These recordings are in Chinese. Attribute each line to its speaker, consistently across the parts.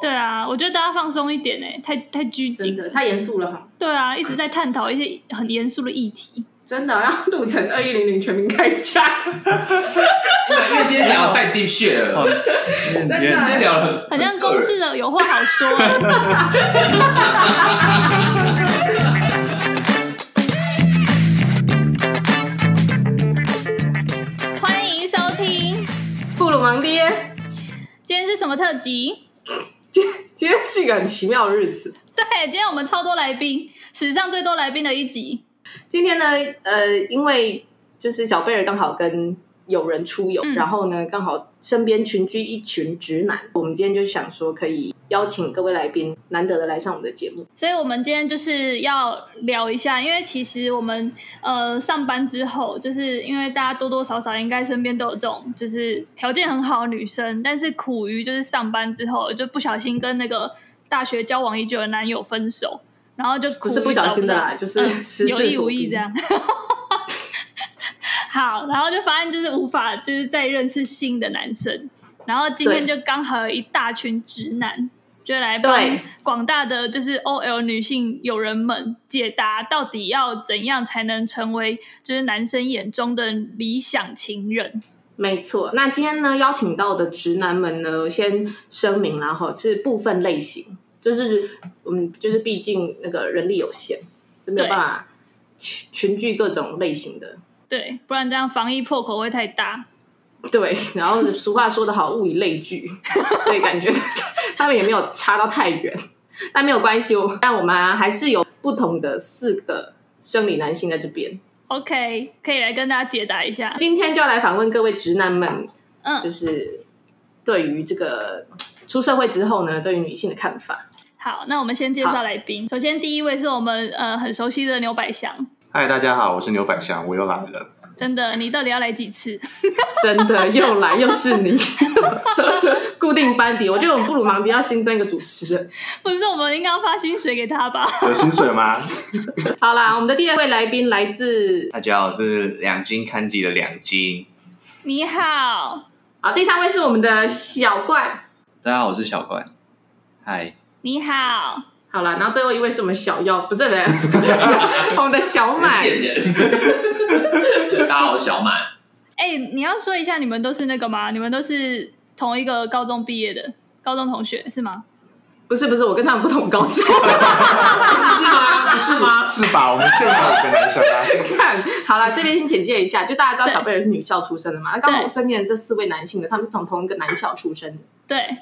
Speaker 1: 对啊，我觉得大家放松一点哎，太太拘
Speaker 2: 真
Speaker 1: 谨
Speaker 2: 的
Speaker 1: 了。
Speaker 2: 太严肃了哈，
Speaker 1: 对啊，一直在探讨一些很严肃的议题。
Speaker 2: 真的要录成二一零零全民开价，
Speaker 3: 哎因为今天聊得太 deep shit 了，
Speaker 2: 真
Speaker 3: 今天今天
Speaker 2: 的。
Speaker 3: 聊得很
Speaker 1: 很像公
Speaker 3: 司。
Speaker 1: 司的有话好说啊。 欢迎收听，
Speaker 2: 布鲁芒爹，
Speaker 1: 今天是什么特辑？
Speaker 2: 今今天是一个很奇妙的日子。
Speaker 1: 对，今天我们超多来宾，史上最多来宾的一集。
Speaker 2: 今天呢，呃，因为就是小贝尔刚好跟友人出游，
Speaker 1: 嗯
Speaker 2: 然后呢，刚好身边群居一群直男，我们今天就想说可以邀请各位来宾，难得的来上我们的节目。
Speaker 1: 所以我们今天就是要聊一下，因为其实我们呃上班之后，就是因为大家多多少少应该身边都有这种，就是条件很好的女生，但是苦于就是上班之后就不小心跟那个大学交往已久的男友分手，然后就苦
Speaker 2: 不
Speaker 1: 于
Speaker 2: 是不小心的啦，
Speaker 1: 找不
Speaker 2: 就
Speaker 1: 到嗯
Speaker 2: 是时
Speaker 1: 有
Speaker 2: 事
Speaker 1: 意
Speaker 2: 所
Speaker 1: 无意
Speaker 2: 逼
Speaker 1: 这。样。 好，然后就发现就是无法就是再认识新的男生，然后今天就刚好有一大群直男，就来帮
Speaker 2: 对
Speaker 1: 广大的就是 OL 女性友人们解答到底要怎样才能成为就是男生眼中的理想情人。
Speaker 2: 没错，那今天呢邀请到的直男们呢，先声明啦哈，是部分类型，就是我们就是毕竟那个人力有限，是没有
Speaker 1: 对
Speaker 2: 办法群群聚各种类型的。
Speaker 1: 对，不然这样防疫破口会太大。
Speaker 2: 对，然后俗话说得好，物以类聚， 所以感觉 他们也没有差到太远，但没有关系，我但我们、啊、还是有不同的四个生理男性在这边。
Speaker 1: OK，可以来跟大家解答一下。
Speaker 2: 今天就要来访问各位直男们，
Speaker 1: 嗯
Speaker 2: 就是对于这个出社会之后呢，对于女性的看法。
Speaker 1: 好，那我们先介
Speaker 2: 好
Speaker 1: 绍来宾。首先第一位是我们呃很熟悉的牛百祥，
Speaker 3: 嗨，大家好，我是牛百祥，我又来了。
Speaker 1: 真的，你到底要来几次？
Speaker 2: 真的，又来又是你， 固定班底。我觉得我们布鲁芒迪要新增一个主持人。
Speaker 1: 不是，我们应该要发薪水给他吧？
Speaker 3: 有薪水吗？
Speaker 2: 好啦，我们的第二位来宾来自
Speaker 4: 大家好，我是两金看季的两金。
Speaker 1: 你好，
Speaker 2: 好，啊第三位是我们的小怪。
Speaker 4: 大家好，我是小冠。嗨，
Speaker 1: 你好，
Speaker 2: 好啦，然后最后一位是我们小妖，不是的， 我们的小满。
Speaker 5: 贱 人。大家好，我是小满。
Speaker 1: 哎、你要说一下，你们都是那个吗？你们都是同一个高中毕业的高中同学是吗？
Speaker 2: 不是不是，我跟他们不同 高中。
Speaker 3: 是吗？不是吗？是吧？我们现在有个男生啊，
Speaker 2: 看， 好了，这边先简介一下，就大家知道
Speaker 1: 对
Speaker 2: 小贝尔是女校出身的嘛，那刚好
Speaker 1: 对
Speaker 2: 对面的这四位男性的，他们是从同一个男校出身的，
Speaker 1: 对，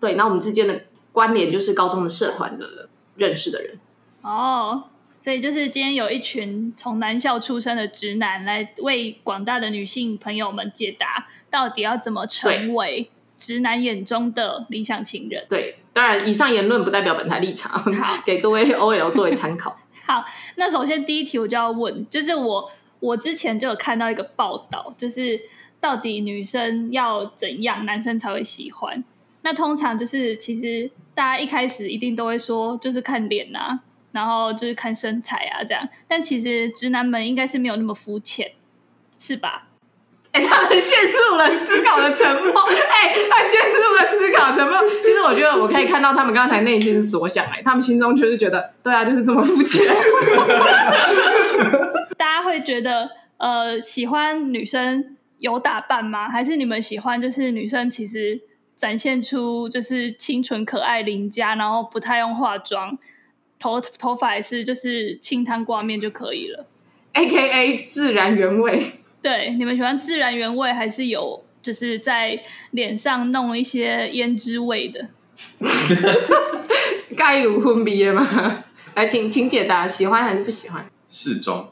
Speaker 2: 对，那我们之间的关联就是高中的社团的认识的人，
Speaker 1: 哦，所以就是今天有一群从男校出生的直男来为广大的女性朋友们解答，到底要怎么成为直男眼中的理想情人。
Speaker 2: 对，当然以上言论不代表本台立场， 给各位 OL 作为参考，
Speaker 1: 好，那首先第一题我就要问，就是我我之前就有看到一个报道，就是到底女生要怎样，男生才会喜欢？那通常就是其实大家一开始一定都会说，就是看脸啊，然后就是看身材啊这样，但其实直男们应该是没有那么肤浅，是吧？
Speaker 2: 哎、他们陷入了思考的沉默， 哎、他陷入了思考沉默，其实我觉得我可以看到他们刚才内心是所想、哎，他们心中就是觉得，对啊，就是这么肤浅，
Speaker 1: 大家会觉得呃，喜欢女生有打扮吗？还是你们喜欢就是女生其实展现出就是清纯可爱邻家，然后不太用化妆，头头发也是就是清汤挂面就可以了？
Speaker 2: A K A 自然原味。
Speaker 1: 对，你们喜欢自然原味，还是有就是在脸上弄一些胭脂味的？
Speaker 2: 盖鲁婚毕业吗？ 来，请请解答，喜欢还是不喜欢？
Speaker 5: 适中，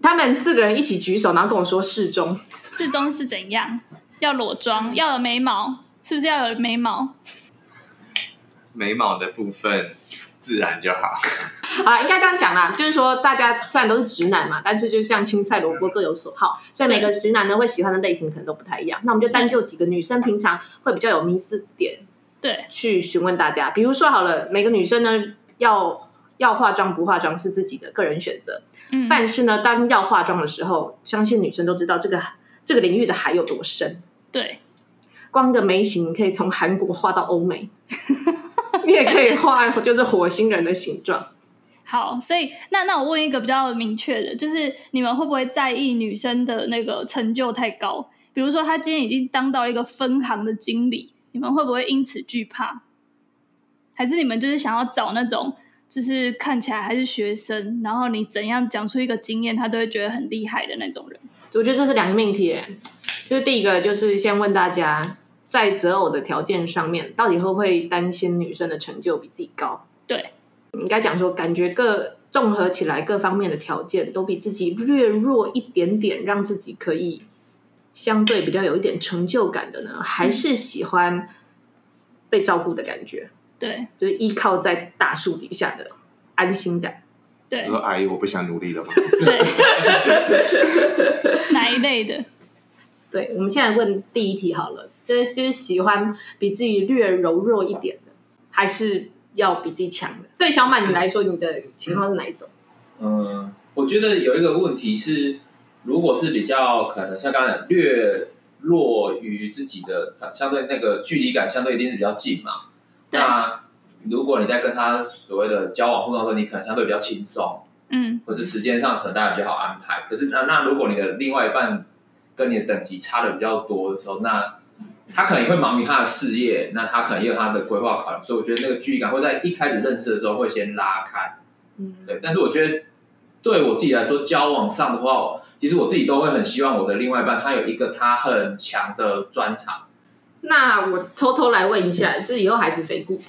Speaker 2: 他们四个人一起举手，然后跟我说适中。
Speaker 1: 适中是怎样？要裸妆，要有眉毛，是不是要有眉毛？
Speaker 4: 眉毛的部分自然就好。
Speaker 2: 啊，应该这样讲啦，就是说大家虽然都是直男嘛，但是就像青菜萝卜各有所好，所以每个直男呢会喜欢的类型可能都不太一样。那我们就单就几个女生平常会比较有迷思点
Speaker 1: 对，
Speaker 2: 去询问大家，比如说好了，每个女生呢要要化妆不化妆是自己的个人选择，
Speaker 1: 嗯，
Speaker 2: 但是呢，当要化妆的时候，相信女生都知道这个这个领域的海有多深。
Speaker 1: 对，
Speaker 2: 光个眉形可以从韩国画到欧美， 你也可以画，就是火星人的形状。
Speaker 1: 好，所以那那我问一个比较明确的，就是你们会不会在意女生的那个成就太高？比如说她今天已经当到一个分行的经理，你们会不会因此惧怕？还是你们就是想要找那种就是看起来还是学生，然后你怎样讲出一个经验，他都会觉得很厉害的那种人？
Speaker 2: 我觉得这是两个命题耶，就是第一个就是先问大家，在择偶的条件上面，到底会不会担心女生的成就比自己高？
Speaker 1: 对，
Speaker 2: 应该讲说，感觉各综合起来各方面的条件都比自己略弱一点点，让自己可以相对比较有一点成就感的呢，还是喜欢被照顾的感觉，
Speaker 1: 对
Speaker 2: 就是依靠在大树底下的安心感。
Speaker 1: 对
Speaker 3: 你说阿姨，我不想努力了吗？
Speaker 1: 对， 哪一类的？
Speaker 2: 对，我们现在问第一题好了，这就是喜欢比自己略柔弱一点的，还是要比自己强的？对小满你来说，你的情况是哪一种？
Speaker 5: 嗯，我觉得有一个问题是，如果是比较可能像刚才讲略弱于自己的，相对那个距离感相对一定是比较近嘛。
Speaker 1: 对
Speaker 5: 那如果你在跟他所谓的交往互动的时候，你可能相对比较轻松，
Speaker 1: 嗯，
Speaker 5: 或是时间上可能大家比较好安排。可是那那如果你的另外一半跟你的等级差的比较多的时候，那他可能也会忙于他的事业，那他可能也有他的规划考量，所以我觉得那个距离感会在一开始认识的时候会先拉开。
Speaker 2: 嗯，
Speaker 5: 对，但是我觉得对我自己来说，交往上的话，其实我自己都会很希望我的另外一半他有一个他很强的专长。
Speaker 2: 那我偷偷来问一下，就是以后孩子谁顾？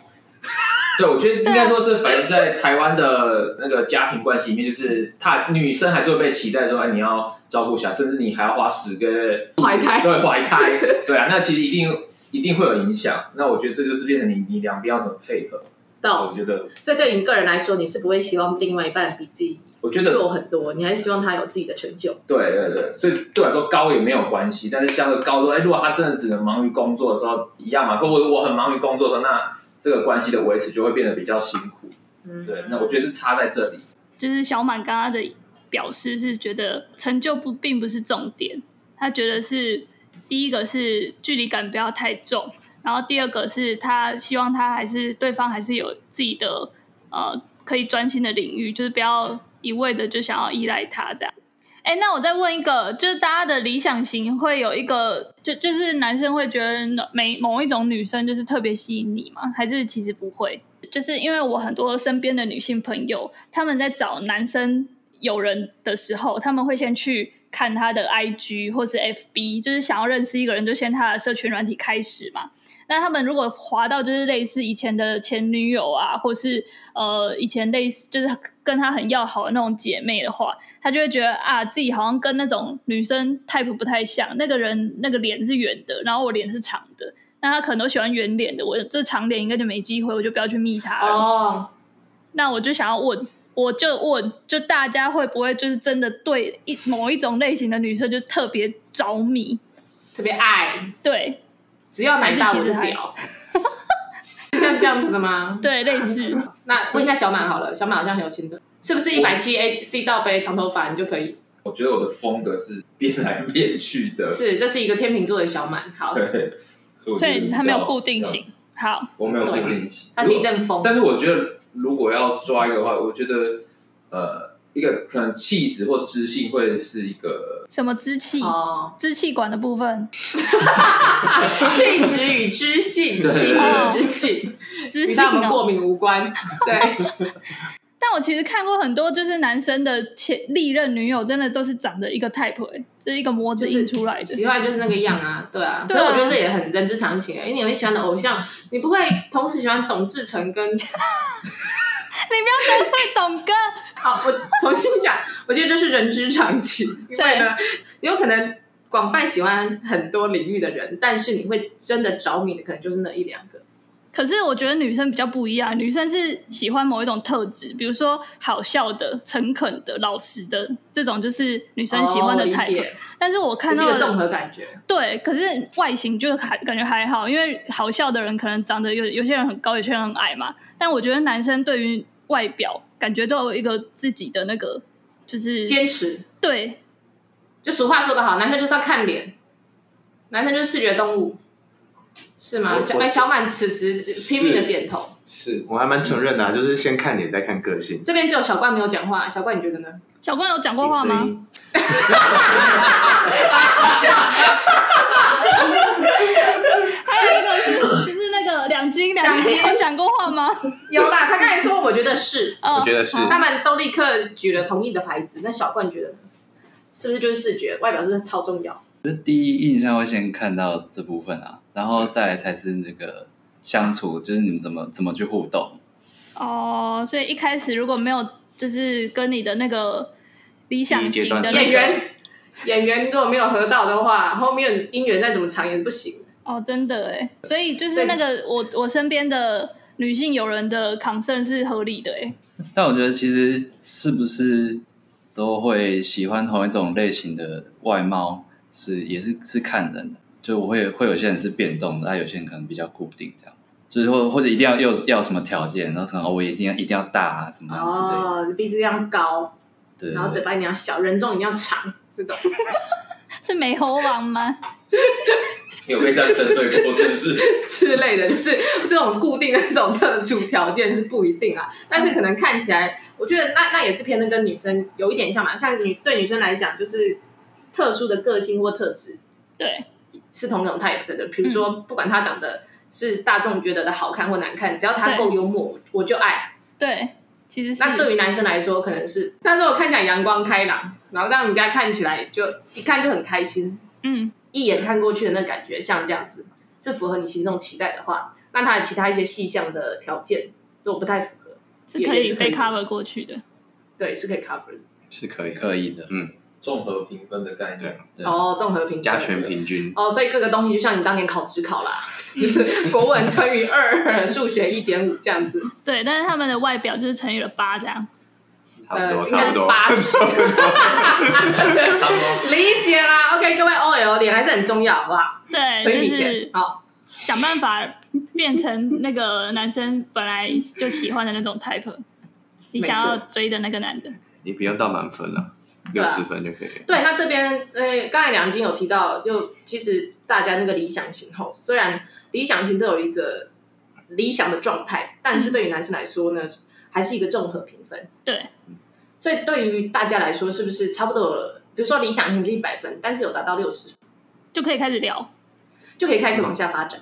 Speaker 5: 对，我觉得应该说，这反映在台湾的那个家庭关系里面，就是他女生还是会被期待说，哎，你要照顾小孩，甚至你还要花十个 月
Speaker 2: 怀胎
Speaker 5: 对怀胎，对啊，那其实一定一定会有影响。那我觉得这就是变成你你两边要怎么配合。那
Speaker 2: 到，
Speaker 5: 我觉得，
Speaker 2: 所以对你个人来说，你是不会希望另外一半比自己
Speaker 5: 我觉得
Speaker 2: 弱很多，你还是希望他有自己的成就。
Speaker 5: 对对对，所以对我来说高也没有关系，但是相对高说，哎，如果他真的只能忙于工作的时候一样嘛，或我我很忙于工作的时候，那这个关系的维持就会变得比较辛苦。
Speaker 2: 嗯，
Speaker 5: 对，那我觉得是差在这里。
Speaker 1: 就是小满刚刚的表示是觉得成就不并不是重点，他觉得是第一个是距离感不要太重，然后第二个是他希望他还是对方还是有自己的呃可以专心的领域，就是不要一味的就想要依赖他这样。哎，那我再问一个，就是大家的理想型会有一个，就就是男生会觉得每某一种女生就是特别吸引你吗？还是其实不会？就是因为我很多身边的女性朋友，她们在找男生友人的时候，他们会先去看他的 IG 或是 FB，就是想要认识一个人，就先他的社群软体开始嘛。那他们如果滑到就是类似以前的前女友啊，或是呃以前类似就是跟他很要好的那种姐妹的话，他就会觉得啊自己好像跟那种女生 type 不太像，那个人那个脸是圆的，然后我脸是长的，那他可能都喜欢圆脸的，我这长脸应该就没机会，我就不要去密他了。
Speaker 2: 哦，
Speaker 1: 那我就想要问，我就问，就大家会不会就是真的对一某一种类型的女生就特别着迷？
Speaker 2: 特别爱，
Speaker 1: 对
Speaker 2: 只要奶大
Speaker 1: 还是
Speaker 2: 我
Speaker 1: 其
Speaker 2: 就
Speaker 1: 实还
Speaker 2: 屌， 像这样子的吗？
Speaker 1: 对，类似
Speaker 2: 那问一下小满好了，小满好像很有心得，是不是一百七 A C 罩杯长头发你就可以？
Speaker 5: 我觉得我的风格是变来变去的，
Speaker 2: 是，这是一个天秤座的小满，好，
Speaker 5: 对，所以我觉
Speaker 1: 所
Speaker 5: 得
Speaker 1: 以
Speaker 5: 比较
Speaker 1: 它没有固定性。好，
Speaker 5: 我没有固定性，
Speaker 2: 它是一阵风。
Speaker 5: 但是我觉得，如果要抓一个的话，我觉得呃，一个可能气质或知性会是一个
Speaker 1: 什么支气、
Speaker 2: 哦，
Speaker 1: 支气管的部分，
Speaker 2: 气质与知性，
Speaker 5: 对
Speaker 2: 气质与知性，
Speaker 1: 支
Speaker 2: 与
Speaker 1: 气
Speaker 2: 他们
Speaker 1: 哦。
Speaker 2: 过敏无关。对，
Speaker 1: 但我其实看过很多，就是男生的前历任女友，真的都是长得一个 type，、欸、就是一个模子
Speaker 2: 就是
Speaker 1: 印出 来的。
Speaker 2: 喜欢就是那个样啊，对啊。
Speaker 1: 对啊
Speaker 2: 可是我觉得这也很人之常情啊，因为你会喜欢的偶像，你不会同时喜欢董志成跟
Speaker 1: 你不要得罪董哥，
Speaker 2: 好，我重新讲，我觉得这是人之常情，因为呢，你有可能广泛喜欢很多领域的人，但是你会真的着迷的，可能就是那一两个。
Speaker 1: 可是我觉得女生比较不一样，女生是喜欢某一种特质，比如说好笑的、诚恳的、老实的这种，就是女生喜欢的
Speaker 2: 哦理
Speaker 1: type、
Speaker 2: 解，
Speaker 1: 但是我
Speaker 2: 这
Speaker 1: 看
Speaker 2: 是一
Speaker 1: 到
Speaker 2: 个
Speaker 1: 的
Speaker 2: 综合感觉。
Speaker 1: 对，可是外形就还感觉还好，因为好笑的人可能长得有有些人很高，有些人很矮嘛。但我觉得男生对于外表感觉都有一个自己的那个，就是
Speaker 2: 坚持，
Speaker 1: 对
Speaker 2: 就俗话说得好，男生就是要看脸，男生就是视觉动物。是吗？
Speaker 5: 我
Speaker 2: 小
Speaker 5: 我
Speaker 2: 哎，小满此时拼命的点头。
Speaker 4: 是
Speaker 3: 我还蛮承认的、啊，就是先看脸再看个性。
Speaker 2: 这边只有小冠没有讲话，小冠你觉得呢？
Speaker 1: 小冠有讲过
Speaker 4: 听
Speaker 1: 话
Speaker 4: 声
Speaker 1: 吗？
Speaker 4: 音，
Speaker 1: 还有一个是就是那个两金，两金
Speaker 2: 两金
Speaker 1: 有讲过话吗？
Speaker 2: 有啦，他刚才 说我觉得是，
Speaker 1: 哦
Speaker 4: 我觉得是
Speaker 2: 他们都立刻举了同意的牌子。那小冠觉得呢？是不是就是视觉？外表是不是超重要？
Speaker 6: 就是第一印象会先看到这部分啊，然后再来才是那个相处，就是你们怎么怎么去互动。
Speaker 1: 哦，所以一开始如果没有就是跟你的那个理想型的
Speaker 4: 第一阶段
Speaker 6: 嗯
Speaker 1: 那
Speaker 4: 是
Speaker 1: 个
Speaker 2: 演 员，演员如果没有合到的话，后面姻缘再怎么长也是不行。
Speaker 1: 哦，真的哎，所以就是那个我我身边的女性友人的 concern 是合理的哎，
Speaker 6: 但我觉得其实是不是都会喜欢同一种类型的外貌，是也是是看人的。就我会会有些人是变动的，但有些人可能比较固定这样。就是或或者一定要要要什么条件，然后什么、哦我一定要一定要大啊什么样之类的。
Speaker 2: 哦，鼻子要高，
Speaker 6: 对，
Speaker 2: 然后嘴巴一定要小，人中一定要长，这种。
Speaker 1: 是美猴王吗？
Speaker 5: 你有被这样针对过是不是？
Speaker 2: 之类的，就是这种固定的这种特殊条件是不一定 啊。但是可能看起来，我觉得那那也是偏的跟女生有一点像嘛。像女对女生来讲，就是特殊的个性或特质
Speaker 1: 对，
Speaker 2: 是同种 type 的。比如说，不管她长得是大众觉得的好看或难看，只要她
Speaker 1: 对
Speaker 2: 够幽默，我就爱。
Speaker 1: 对，其实是
Speaker 2: 那对于男生来说，可能是，但是我看起来阳光开朗，然后让人家看起来就一看就很开心，
Speaker 1: 嗯
Speaker 2: 一眼看过去的那感觉，像这样子，是符合你心中期待的话，那它的其他一些细项的条件，如果不太符合，
Speaker 1: 是
Speaker 2: 也
Speaker 1: 可
Speaker 2: 也
Speaker 1: 以
Speaker 2: 是可以
Speaker 1: 被 cover 过去的。
Speaker 2: 对，是可以 cover 的。
Speaker 4: 是可以
Speaker 6: 可以的。
Speaker 5: 综合评分的概念
Speaker 4: 对，
Speaker 6: 对
Speaker 2: 哦，综合评分
Speaker 4: 加权。平均，
Speaker 2: 哦，所以各个东西就像你当年考职考啦， 就是国文乘以二，数学一点五这样子，
Speaker 1: 对，但是他们的外表就是乘以了八这样。
Speaker 4: 差不
Speaker 2: 呃，
Speaker 4: 多
Speaker 2: 应该
Speaker 4: 差
Speaker 2: 是
Speaker 4: 不多。
Speaker 2: 八十。
Speaker 5: 差不多。
Speaker 2: 理解啦，OK，各位 OL 脸还是很重要，好不好？
Speaker 1: 对，
Speaker 2: 存一笔
Speaker 1: 哎就
Speaker 2: 钱
Speaker 1: 是，
Speaker 2: 好，
Speaker 1: 想办法变成那个男生本来就喜欢的那种 type，你想要追的那个男的。
Speaker 4: 你不用到满分了，
Speaker 2: 对
Speaker 4: 六
Speaker 2: 啊
Speaker 4: 十分就可以了。
Speaker 2: 对，那这边呃，刚才梁晶有提到，就其实大家那个理想型吼，虽然理想型都有一个理想的状态，但
Speaker 1: 嗯
Speaker 2: 是对于男生来说呢，还是一个综合评分。
Speaker 1: 对，
Speaker 2: 所以对于大家来说，是不是差不多了？比如说理想型是一百分，但是有达到六十，
Speaker 1: 就可以开始聊。
Speaker 2: 就可以开始往下发展。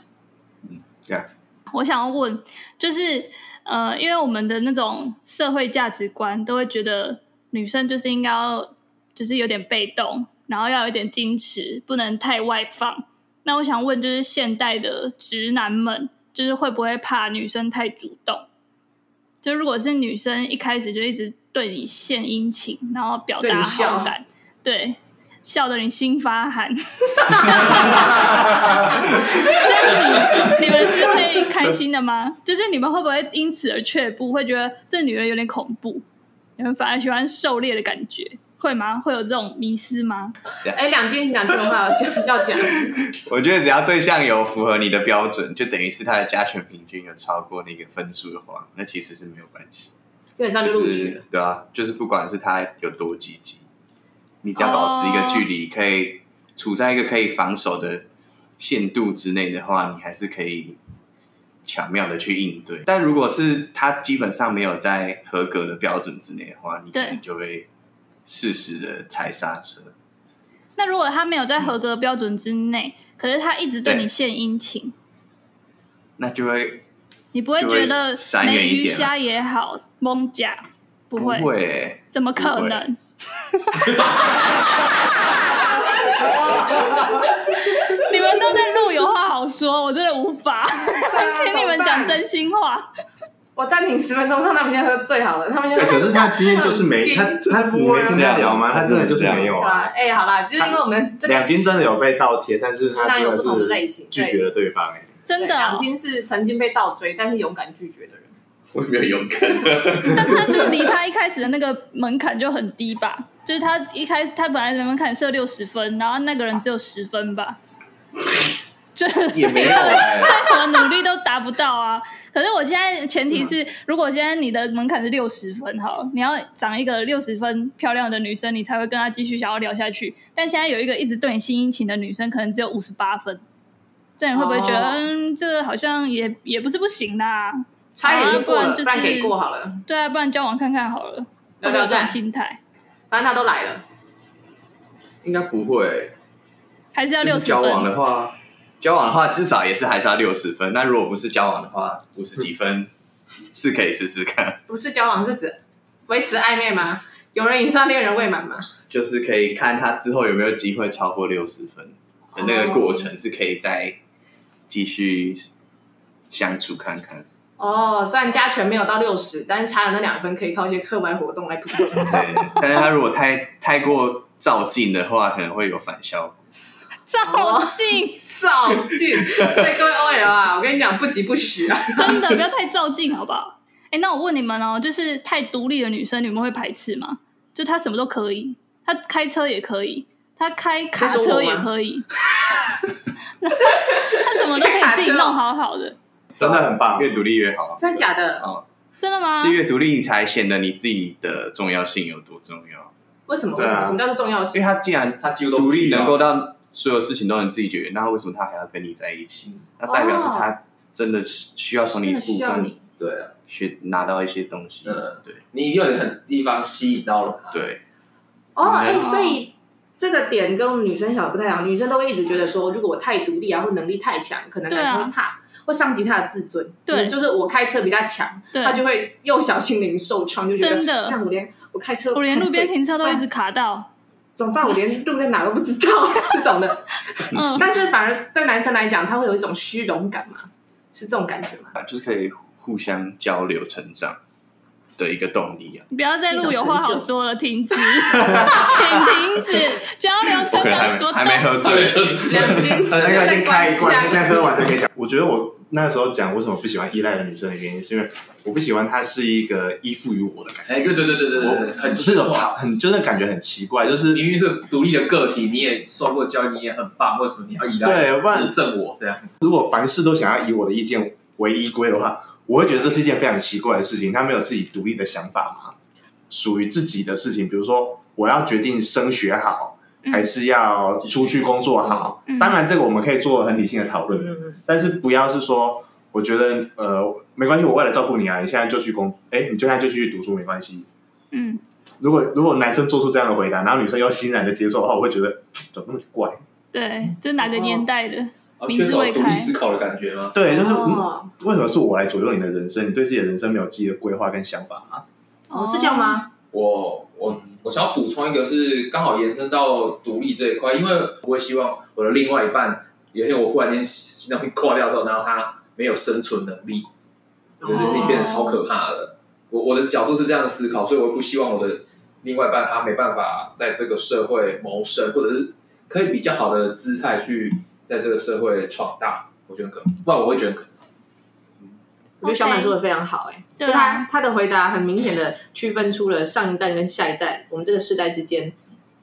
Speaker 1: 我想要问，就是呃，因为我们的那种社会价值观都会觉得女生就是应该要就是有点被动，然后要有点矜持，不能太外放。那我想问，就是现代的直男们，就是会不会怕女生太主动？就如果是女生一开始就一直对你献殷勤，然后表
Speaker 2: 对
Speaker 1: 达
Speaker 2: 你笑
Speaker 1: 好感，对，笑得你心发 寒，那你你们是会开心的吗？就是你们会不会因此而却步，会觉得这女人有点恐怖？你们反而喜欢狩猎的感觉，会吗？会有这种迷失吗？
Speaker 2: 哎，两斤两斤的话 要讲，
Speaker 4: 我觉得只要对象有符合你的标准，就等于是他的加权平均有超过那个分数的话，那其实是没有关系。
Speaker 2: 基本上就录
Speaker 4: 就
Speaker 2: 取了
Speaker 4: 是。对啊，就是不管是他有多积极，你只要保持一个距离，可以处在一个可以防守的限度之内的话，你还是可以巧妙的去应对。但如果是他基本上没有在合格的标准之内的话，你可
Speaker 1: 对
Speaker 4: 能就会适时的踩刹车。
Speaker 1: 那如果他没有在合格标准之内，可是他一直对你
Speaker 4: 对
Speaker 1: 献殷勤，
Speaker 4: 那就会
Speaker 1: 你不会
Speaker 4: 就
Speaker 1: 觉
Speaker 4: 会
Speaker 1: 得
Speaker 4: 闪远
Speaker 1: 美
Speaker 4: 一
Speaker 1: 鱼
Speaker 4: 点啊
Speaker 1: 虾也好，蒙甲不
Speaker 4: 不
Speaker 1: 会，
Speaker 4: 会欸、
Speaker 1: 怎么可
Speaker 4: 不会
Speaker 1: 能？ 你们都在录，有话好说，我真的无法， 请你们讲真心话。
Speaker 2: 我暂停十分钟，让他们先喝醉好了。他们先
Speaker 3: 哎，可是他今天就是没他他你没听他聊吗？他真的就是没有
Speaker 2: 对
Speaker 3: 啊。
Speaker 2: 啊，哎，好啦，就是因为我们啊这边
Speaker 3: 两金真的有被倒贴，但是他
Speaker 2: 那
Speaker 3: 真
Speaker 2: 有
Speaker 3: 的
Speaker 2: 不同的
Speaker 3: 是
Speaker 2: 类型，
Speaker 3: 拒
Speaker 2: 对
Speaker 3: 绝了对方哎。
Speaker 1: 真的
Speaker 2: 对
Speaker 1: 哦、
Speaker 2: 两金是曾经被倒追，但是勇敢拒绝的人。
Speaker 4: 我没有 勇敢。
Speaker 1: 但但是离他一开始的那个门槛就很低吧？就是他一开始他本来门槛设六十分，然后那个人只有十分吧，就
Speaker 4: 也
Speaker 1: 所以
Speaker 4: 没有
Speaker 1: 他们
Speaker 4: 哎
Speaker 1: 再怎么努力都达不到啊。可是我现在前提是，如果现在你的门槛是六十分，好，你要长一个六十分漂亮的女生，你才会跟她继续想要聊下去。但现在有一个一直对你心殷勤的女生，可能只有五十八分，这样你会不会觉得、
Speaker 2: 哦
Speaker 1: 嗯，这好像也也不是不行啦？
Speaker 2: 差一点就过
Speaker 1: 啊不
Speaker 2: 了，
Speaker 1: 然就是
Speaker 2: 不然给过好了，
Speaker 1: 对啊，不然交往看看好了，会不会
Speaker 2: 聊聊
Speaker 1: 有这种
Speaker 2: 看，
Speaker 1: 心态，
Speaker 2: 反正他都来了，
Speaker 4: 应该不会。
Speaker 1: 还 是要
Speaker 4: 就
Speaker 1: 六
Speaker 4: 是
Speaker 1: 十
Speaker 4: 交往
Speaker 1: 分。
Speaker 4: 的话，交往的话至少也是还是要六十分。那如果不是交往的话，五十几分是可以试试看，
Speaker 2: 不是交往是指维持暧昧吗？有人以上恋人未满吗？
Speaker 4: 就是可以看他之后有没有机会超过六十分的那个过程，是可以再继续相处看看。
Speaker 2: 哦，虽然加权没有到六十，但是差了那两分可以靠一些课外活动来补。
Speaker 4: 对， 但是他如果太太过照进的话，可能会有反效果。
Speaker 1: 照镜，
Speaker 2: 照进，所以各位 OL 啊，我跟你讲，不急不徐啊。
Speaker 1: 真的不要太照镜，好不好？哎，那我问你们哦，就是太独立的女生，你们会排斥吗？就她什么都可以，她开车也可以，她开卡
Speaker 2: 你在说
Speaker 1: 车
Speaker 2: 我吗
Speaker 1: 也可 以，她什么都可以自己弄好好的，
Speaker 3: 真的很棒。
Speaker 4: 越独立越好，啊哦
Speaker 2: 真假的？
Speaker 1: 真的吗
Speaker 4: 就？越独立你才显得你自己的重要性有多重要。
Speaker 2: 为什么？
Speaker 3: 对
Speaker 2: 为
Speaker 3: 啊
Speaker 2: 什么？什么叫做重要
Speaker 4: 因为
Speaker 2: 性？
Speaker 4: 他既然
Speaker 5: 他几乎都
Speaker 4: 独
Speaker 5: 不需
Speaker 4: 立
Speaker 5: 要
Speaker 4: 能够让所有事情都能自己解决，那为什么他还要跟你在一起？那代表是他真的需需要从你
Speaker 2: 真
Speaker 4: 哦的
Speaker 2: 的
Speaker 4: 部
Speaker 2: 需要
Speaker 4: 分
Speaker 2: 你。
Speaker 5: 对啊，
Speaker 4: 去拿到一些东西。
Speaker 5: 嗯
Speaker 4: 对
Speaker 5: 你一定有一个地方吸引到啊了他。
Speaker 4: 对，
Speaker 2: 哦，哎、
Speaker 4: 嗯
Speaker 2: 所以这个点跟女生小不太一样，女生都会一直觉得说，如果我太独立啊，或能力太强，可能
Speaker 1: 对啊
Speaker 2: 男生会怕，会伤及他的自尊。
Speaker 1: 对
Speaker 2: 就是我开车比他强，
Speaker 1: 对
Speaker 2: 他就会幼小心灵受创，就觉得
Speaker 1: 真的
Speaker 2: 看我连我开车，
Speaker 1: 我连路边停车都一直卡到，
Speaker 2: 怎么办？我连路在哪都不知道 这种的。
Speaker 1: 嗯，
Speaker 2: 但是反而对男生来讲，他会有一种虚荣感嘛，是这种感觉吗？
Speaker 4: 啊，就是可以互相交流成长的一个动力啊。
Speaker 1: 不要再路有话好说了，停 止，请停止，交流
Speaker 4: 我
Speaker 1: 成
Speaker 4: 可能
Speaker 1: 长
Speaker 4: 还没
Speaker 1: 说
Speaker 4: 还没喝醉，
Speaker 2: 两斤，
Speaker 3: 那个先开一罐，
Speaker 2: 在
Speaker 3: 现在喝完就可以讲。我觉得我那时候讲为什么不喜欢依赖的女生的原因，是因为我不喜欢她是一个依附于我的感
Speaker 5: 哎，对对对对对对对，
Speaker 3: 觉，
Speaker 5: 很啊
Speaker 3: 哦是
Speaker 5: 奇
Speaker 3: 的，
Speaker 5: 怪。
Speaker 3: 很真的感觉很奇怪，就是
Speaker 5: 明明是独立的个体，你也受过教育，你也很棒，为什么你要依赖
Speaker 3: 对不然
Speaker 5: 只剩我这样？
Speaker 3: 如果凡事都想要以我的意见为依归的话，我会觉得这是一件非常奇怪的事情。他没有自己独立的想法嘛，属于自己的事情，比如说我要决定升学好，
Speaker 1: 嗯
Speaker 3: 还是要出去工作好。
Speaker 1: 嗯
Speaker 3: 当然，这个我们可以做很理性的讨论，
Speaker 2: 嗯，
Speaker 3: 但是不要是说，我觉得呃没关系，我为了照顾你啊，你现在就去工，哎，你就现在就去读书没关系。
Speaker 1: 嗯，
Speaker 3: 如果如果男生做出这样的回答，然后女生又欣然的接受的话，我会觉得怎么那么怪？
Speaker 1: 哦对，
Speaker 2: 嗯
Speaker 1: 这是哪个年代的？
Speaker 5: 啊
Speaker 1: 明智
Speaker 5: 缺少
Speaker 1: 未
Speaker 5: 独
Speaker 1: 开
Speaker 5: 立思考的感觉吗？
Speaker 3: 对，就是、嗯、
Speaker 2: 哦，
Speaker 3: 为什么是我来左右你的人生？你对自己的人生没有自己的规划跟想法吗？
Speaker 2: 哦是这样？吗？
Speaker 5: 我我我想要补充一个是刚好延伸到独立这一块，因为我会希望我的另外一半，有一天我忽然间心脏病挂掉之后，然后他没有生存能力，我觉得这件事情变得超可怕的。我我的角度是这样的思考，所以我不希望我的另外一半他没办法在这个社会谋生，或者是可以比较好的姿态去在这个社会闯荡。我觉得很可能，不然我会觉得很可能。
Speaker 2: 我觉得小满说的非常好、哎，
Speaker 1: 对
Speaker 2: 就
Speaker 1: 啊
Speaker 2: 他他的回答很明显的区分出了上一代跟下一代，我们这个世代之间，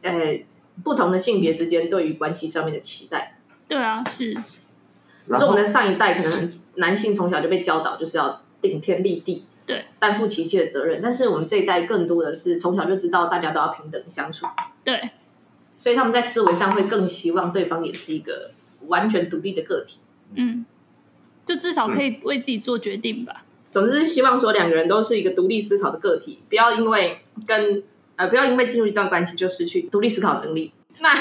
Speaker 2: 呃，不同的性别之间对于关系上面的期待。
Speaker 1: 对啊，是，
Speaker 2: 可
Speaker 3: 然
Speaker 2: 是我
Speaker 3: 后
Speaker 2: 们的上一代可能男性从小就被教导就是要顶天立地，
Speaker 1: 对，
Speaker 2: 担负起一切的责任。但是我们这一代更多的是从小就知道大家都要平等相处，
Speaker 1: 对，
Speaker 2: 所以他们在思维上会更希望对方也是一个完全独立的个体。
Speaker 1: 嗯，就至少可以为自己做决定吧。
Speaker 2: 总之，希望说两个人都是一个独立思考的个体，不要因为跟呃不要因为进入一段关系就失去独立思考能力。那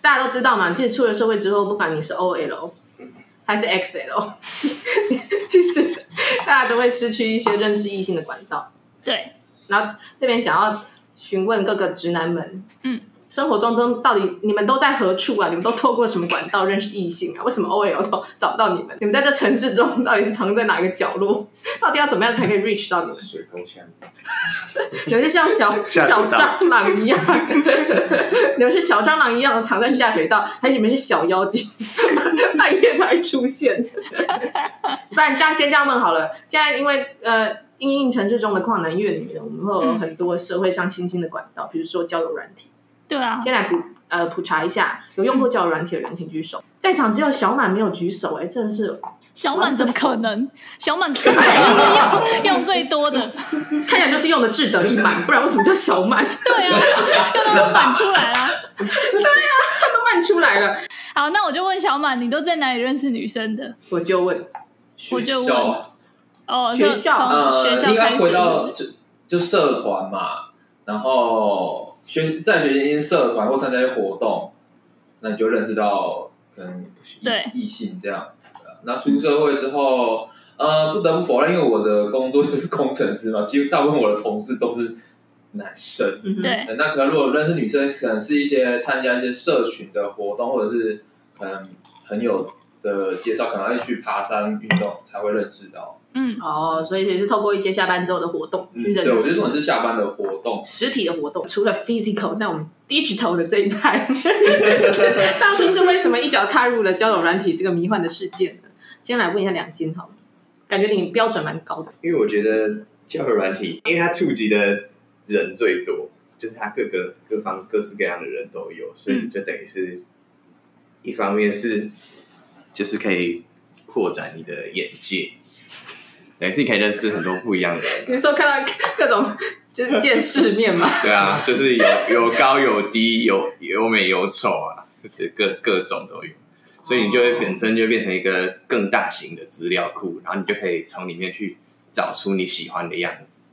Speaker 2: 大家都知道嘛，其实出了社会之后，不管你是 OL 还是 XL，其实大家都会失去一些认识异性的管道。
Speaker 1: 对，
Speaker 2: 然后这边想要询问各个直男们，
Speaker 1: 嗯，
Speaker 2: 生活中都到底你们都在何处啊？你们都透过什么管道认识异性啊？为什么 OL 都找不到你们？你们在这城市中到底是藏在哪个角落？ 到底要怎么样才可以 reach 到你们？
Speaker 4: 水沟下面
Speaker 2: 你们是像小
Speaker 3: 下水
Speaker 2: 小
Speaker 3: 道
Speaker 2: 蟑螂一样， 你们是小蟑螂一样藏在下水道，还是你们是小妖精， 半夜才会出现？ 不然这样先这样问好了。现在因为呃，因应城市中的旷男怨女，我们会有很多社会上新兴的管道，比如说交友软体。
Speaker 1: 对啊，
Speaker 2: 先来普呃普查一下，有用过交友软体的人请举手。在场只有小满没有举手、哎，真的是
Speaker 1: 小满怎么可能？小满肯定 是用用最多的，
Speaker 2: 看起来就是用的志得意满，不然为什么叫小满？
Speaker 1: 对啊，用到都满出来啦。
Speaker 2: 都满出来了，
Speaker 1: 啊好，那我就问小马，你都在哪里认识女生的？
Speaker 2: 我就问，
Speaker 1: 我
Speaker 5: 学
Speaker 1: 就问
Speaker 5: 校啊
Speaker 1: 哦，
Speaker 2: 学
Speaker 1: 就
Speaker 2: 校
Speaker 1: 从学
Speaker 5: 呃，
Speaker 1: 校
Speaker 5: 应
Speaker 1: 开
Speaker 5: 该
Speaker 1: 始
Speaker 5: 回
Speaker 1: 是
Speaker 5: 到
Speaker 1: 不是，
Speaker 5: 就就社团嘛，然后学在学间社团或参加一些活动，那你就认识到可能异
Speaker 1: 对
Speaker 5: 异性这样。那出社会之后，呃，不得不否认，因为我的工作就是工程师嘛，其实大部分我的同事都是男生。
Speaker 2: 嗯哼，
Speaker 1: 对，
Speaker 5: 那可能如果认识女生，可能是一些参加一些社群的活动，或者是可能朋友的介绍，可能要去爬山运动才会认识到。
Speaker 1: 嗯，
Speaker 2: 哦，所以也是透过一些下班之后的活动
Speaker 5: 嗯
Speaker 2: 去认
Speaker 5: 对，我觉
Speaker 2: 识。
Speaker 5: 得这种是下班的活动
Speaker 2: 实体的活动，除了 physical，那我们 digital 的这一派，当初是为什么一脚踏入了交友软体这个迷幻的世界呢？今天来问一下两金好了，感觉你标准蛮高的，
Speaker 4: 因为我觉得交友软体，因为它触及的人最多，就是它各个各方各式各样的人都有，所以
Speaker 1: 嗯
Speaker 4: 就等于是、一方面是就是可以扩展你的眼界，等于是你可以认识很多不一样的人啊、
Speaker 2: 你是说看到各种就是见世面嘛？
Speaker 4: 对啊，就是有有高有低，有有美有丑啊，这各各种都有，所以你就会本身就会变成一个更大型的资料库，然后你就可以从里面去找出你喜欢的样子。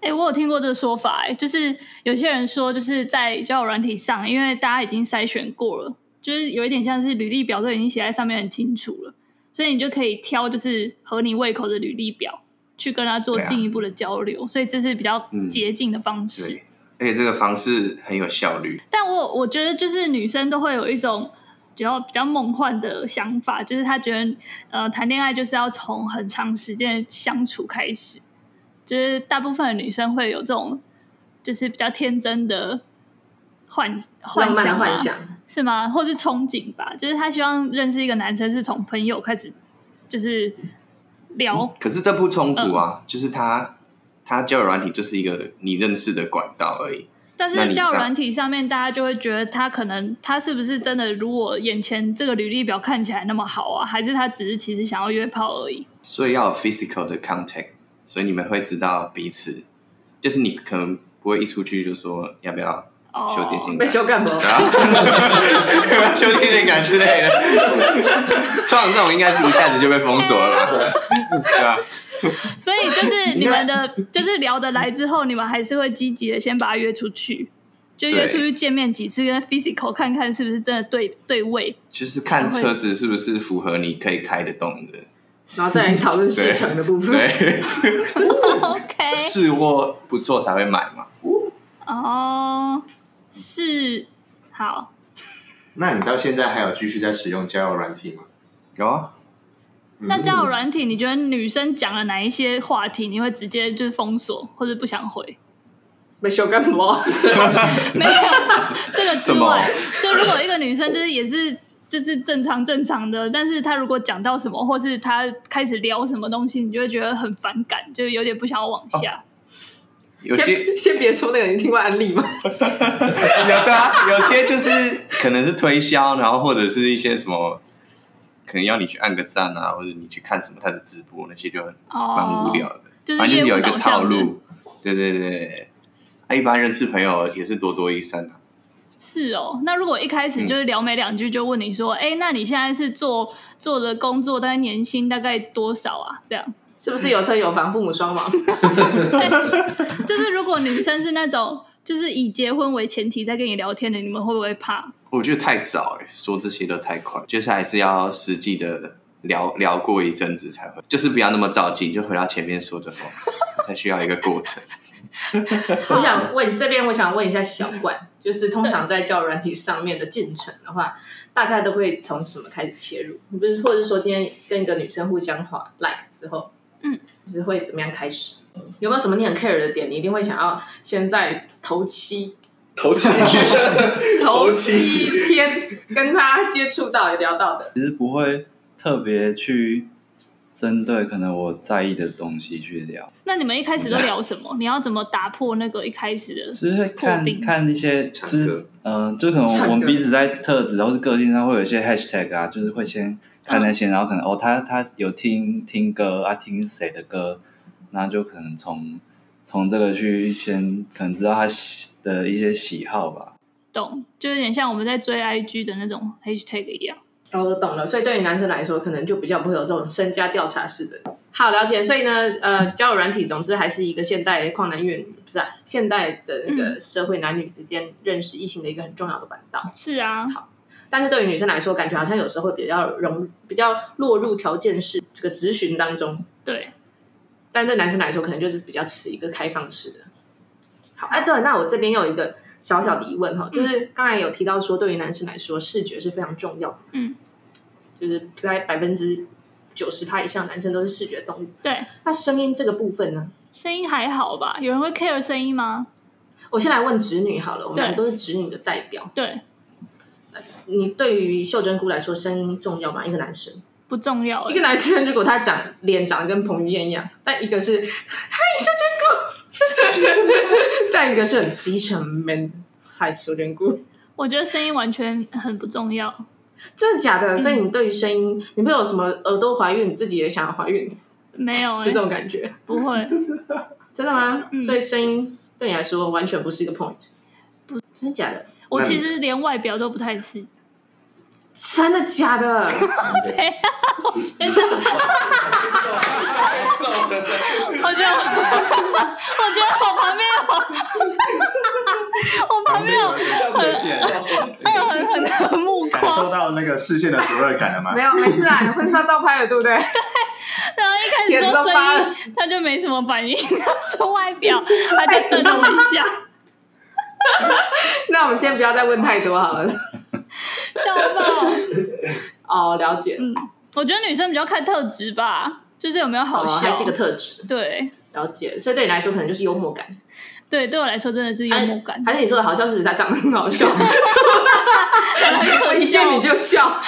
Speaker 1: 哎、我有听过这个说法、哎，就是有些人说，就是在交友软体上，因为大家已经筛选过了，就是有一点像是履历表都已经写在上面很清楚了，所以你就可以挑就是合你胃口的履历表去跟他做
Speaker 4: 对啊
Speaker 1: 进一步的交流，所以这是比较
Speaker 4: 嗯
Speaker 1: 捷径的方式。，
Speaker 4: 而且这个方式很有效率。
Speaker 1: 但我我觉得就是女生都会有一种比较比较梦幻的想法，就是她觉得呃谈恋爱就是要从很长时间的相处开始，就是大部分的女生会有这种就是比较天真的幻幻
Speaker 2: 浪漫
Speaker 1: 想
Speaker 2: 的
Speaker 1: 吗
Speaker 2: 幻想，
Speaker 1: 是吗？或是憧憬吧，就是她希望认识一个男生是从朋友开始，就是聊，
Speaker 4: 可是这不冲突
Speaker 2: 嗯
Speaker 4: 啊，就是它它交友软体就是一个你认识的管道而已。
Speaker 1: 但
Speaker 4: 那你
Speaker 1: 是交友
Speaker 4: 上
Speaker 1: 软体上面，大家就会觉得他可能他是不是真的如我眼前这个履历表看起来那么好啊，还是他只是其实想要约炮而已？
Speaker 4: 所以要有 physical 的 contact，所以你们会知道彼此，就是你可能不会一出去就说要不要
Speaker 1: 哦，
Speaker 4: 修电信
Speaker 2: 被
Speaker 4: 杆，啊
Speaker 2: 修干嘛？
Speaker 4: 然后修电线杆之类的。通常这种应该是一下子就被封锁了吧，
Speaker 2: 啊
Speaker 4: 对啊吧？
Speaker 1: 所以就是你们的，就是聊得来之后，你们还是会积极的先把他约出去，就约出去见面几次，跟 physical 看看是不是真的对对位。
Speaker 4: 就是看车子是不是符合你可以开得动的，
Speaker 2: 然后再来讨论事成的部分。
Speaker 4: 对，
Speaker 1: OK，
Speaker 4: 试货不错才会买嘛。
Speaker 1: 哦，是好，
Speaker 3: 那你到现在还有继续在使用交友软体吗？
Speaker 4: 有啊，
Speaker 1: 嗯那交友软体，你觉得女生讲了哪一些话题，你会直接就是封锁或者不想回？
Speaker 2: 被修干嘛？
Speaker 1: 没 有这个之
Speaker 4: 什么
Speaker 1: 外，就如果一个女生就是也是就是正常正常的，但是她如果讲到什么，或是她开始聊什么东西，你就会觉得很反感，就有点不想要往下。
Speaker 4: 有些
Speaker 2: 先先别说那个，你听过案例吗？
Speaker 4: 有的啊、有些就是可能是推销，然后或者是一些什么，可能要你去按个赞啊，或者你去看什么他的直播那些，就蛮
Speaker 1: 哦，
Speaker 4: 无聊的。
Speaker 1: 就是
Speaker 4: 反正就是有一个
Speaker 1: 业务导向
Speaker 4: 套路，对对对对。啊他、一般认识朋友也是多多益善啊，
Speaker 1: 是哦。那如果一开
Speaker 4: 嗯
Speaker 1: 始就是聊没两句就问你说，哎、那你现在是做做的工作，大概年薪大概多少啊？这样，
Speaker 2: 是不是有车有房，父母双亡？
Speaker 1: 就是如果女生是那种就是以结婚为前提在跟你聊天的，你们会不会怕？
Speaker 4: 我觉得太早了、说这些都太快，就是还是要实际的聊聊过一阵子才会，就是不要那么着急，就回到前面说的话， 它需要一个过程。
Speaker 2: 我想问这边，我想问一下小冠，就是通常在教软体上面的进程的话，大概都会从什么开始切入？你不是，或者是说今天跟一个女生互相划 like 之后，
Speaker 1: 嗯，
Speaker 2: 是会怎么样开始？有没有什么你很 care 的点？你一定会想要先在头七
Speaker 5: 投资
Speaker 2: 头七天跟他接触到聊到的，
Speaker 6: 其实不会特别去针对可能我在意的东西去聊，
Speaker 1: 那你们一开始都聊什么？你要怎么打破那个一开始的
Speaker 6: 就是会看
Speaker 1: 破冰
Speaker 6: 看一些，就
Speaker 4: 唱
Speaker 6: 是
Speaker 4: 歌
Speaker 6: 嗯、呃就可能我
Speaker 2: 唱歌
Speaker 6: 们彼此在特质或是个性上会有一些 hashtag 啊，就是会先看那
Speaker 1: 嗯
Speaker 6: 些，然后可能哦，他他有听听歌啊，听谁的歌，那就可能从从这个去先可能知道他喜的一些喜好吧。
Speaker 1: 动，就有点像我们在追 IG 的那种 hashtag 一样。
Speaker 2: 哦，我懂了。所以对于男生来说，可能就比较不会有这种身家调查式的。好，了解。所以呢，呃，交友软体，总之还是一个现代旷男怨女，不是、啊、现代的那个社会男女之间认识异性的一个很重要的管道。
Speaker 1: 是啊，
Speaker 2: 但是对于女生来说，感觉好像有时候会比较容比较落入条件式这个咨询当中，
Speaker 1: 对，
Speaker 2: 但对男生来说，可能就是比较持一个开放式的。好，哎、对，那我这边有一个小小的疑问哈，
Speaker 1: 嗯
Speaker 2: 就是刚才有提到说，对于男生来说，视觉是非常重要的，
Speaker 1: 嗯，
Speaker 2: 就是大概百分之九十趴以上男生都是视觉动物。
Speaker 1: 对，
Speaker 2: 那声音这个部分呢？
Speaker 1: 声音还好吧？有人会 care 声音吗？
Speaker 2: 我先来问直女好了，我们
Speaker 1: 对
Speaker 2: 都是直女的代表。
Speaker 1: 对，
Speaker 2: 你对于秀珍菇来说，声音重要吗？一个男生，
Speaker 1: 不重要
Speaker 2: 一
Speaker 1: 欸。
Speaker 2: 个男生如果他长脸长得跟彭于晏一样，但一个是嗨秀珍菇， 但一个是很低沉 man 的嗨秀珍菇。
Speaker 1: 我觉得声音完全很不重要。
Speaker 2: 真的假的？所以你对于声音，你会有什么耳朵怀孕，你自己也想要怀孕
Speaker 1: 没有、
Speaker 2: 这
Speaker 1: 欸，
Speaker 2: 种感觉？
Speaker 1: 不会，
Speaker 2: 真的吗？
Speaker 1: 嗯
Speaker 2: 所以声音对你来说完全不是一个 point。不，真的假的？
Speaker 1: 我其实连外表都不太是。
Speaker 2: 真的假的？
Speaker 1: 我觉得我，我觉得我旁边有， 我旁边有还有狠狠的目
Speaker 3: 感
Speaker 1: 光
Speaker 3: 受。 到那个视线的灼热感了吗
Speaker 2: 没？有，没事啦，你婚纱照拍了，对不 对？
Speaker 1: 然后一开始
Speaker 2: 天都
Speaker 1: 说
Speaker 2: 发
Speaker 1: 声
Speaker 2: 了
Speaker 1: 音，他就没什么反应，说外表，他就瞪了我一下，
Speaker 2: 那我们先不要再问太多好了。
Speaker 1: 笑爆。
Speaker 2: 哦，了解。
Speaker 1: 嗯，我觉得女生比较看特质吧，就是有没有好
Speaker 2: 哦，
Speaker 1: 笑，
Speaker 2: 还是一个特质，
Speaker 1: 对
Speaker 2: 了解。所以对你来说，可能就是幽默感，
Speaker 1: 对，对我来说真的是幽默感，
Speaker 2: 还是你说的好笑是指他长得很好笑，
Speaker 1: 长得
Speaker 2: 哎
Speaker 1: 很 可
Speaker 2: 一
Speaker 1: 笑
Speaker 2: 见。你就笑，